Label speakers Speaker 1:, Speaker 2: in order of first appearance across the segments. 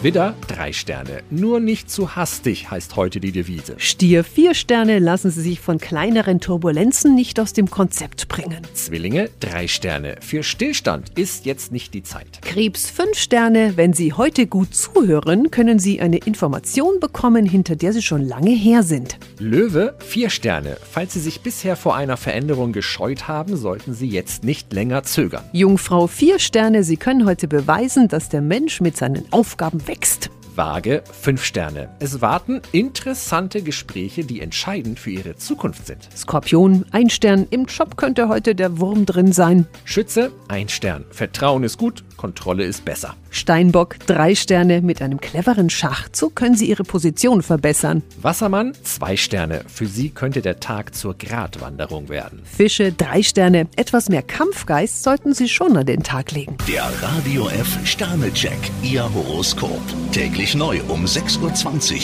Speaker 1: Widder, drei Sterne. Nur nicht zu hastig heißt heute die Devise.
Speaker 2: Stier, vier Sterne, lassen Sie sich von kleineren Turbulenzen nicht aus dem Konzept bringen.
Speaker 1: Zwillinge, drei Sterne. Für Stillstand ist jetzt nicht die Zeit.
Speaker 2: Krebs, fünf Sterne, wenn Sie heute gut zuhören, können Sie eine Information bekommen, hinter der Sie schon lange her sind.
Speaker 1: Löwe, vier Sterne. Falls Sie sich bisher vor einer Veränderung gescheut haben, sollten Sie jetzt nicht länger zögern.
Speaker 2: Jungfrau, vier Sterne, Sie können heute beweisen, dass der Mensch mit seinen Aufgaben wächst.
Speaker 1: Waage, fünf Sterne. Es warten interessante Gespräche, die entscheidend für Ihre Zukunft sind.
Speaker 2: Skorpion, ein Stern, im Job könnte heute der Wurm drin sein.
Speaker 1: Schütze, ein Stern. Vertrauen ist gut, Kontrolle ist besser.
Speaker 2: Steinbock, drei Sterne, mit einem cleveren Schachzug können Sie Ihre Position verbessern.
Speaker 1: Wassermann, zwei Sterne. Für Sie könnte der Tag zur Gratwanderung werden.
Speaker 2: Fische, drei Sterne, etwas mehr Kampfgeist sollten Sie schon an den Tag legen.
Speaker 3: Der Radio F Sternecheck, Ihr Horoskop. Täglich neu um 6.20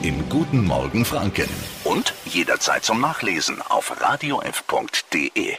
Speaker 3: Uhr im Guten Morgen Franken. Und jederzeit zum Nachlesen auf radiof.de.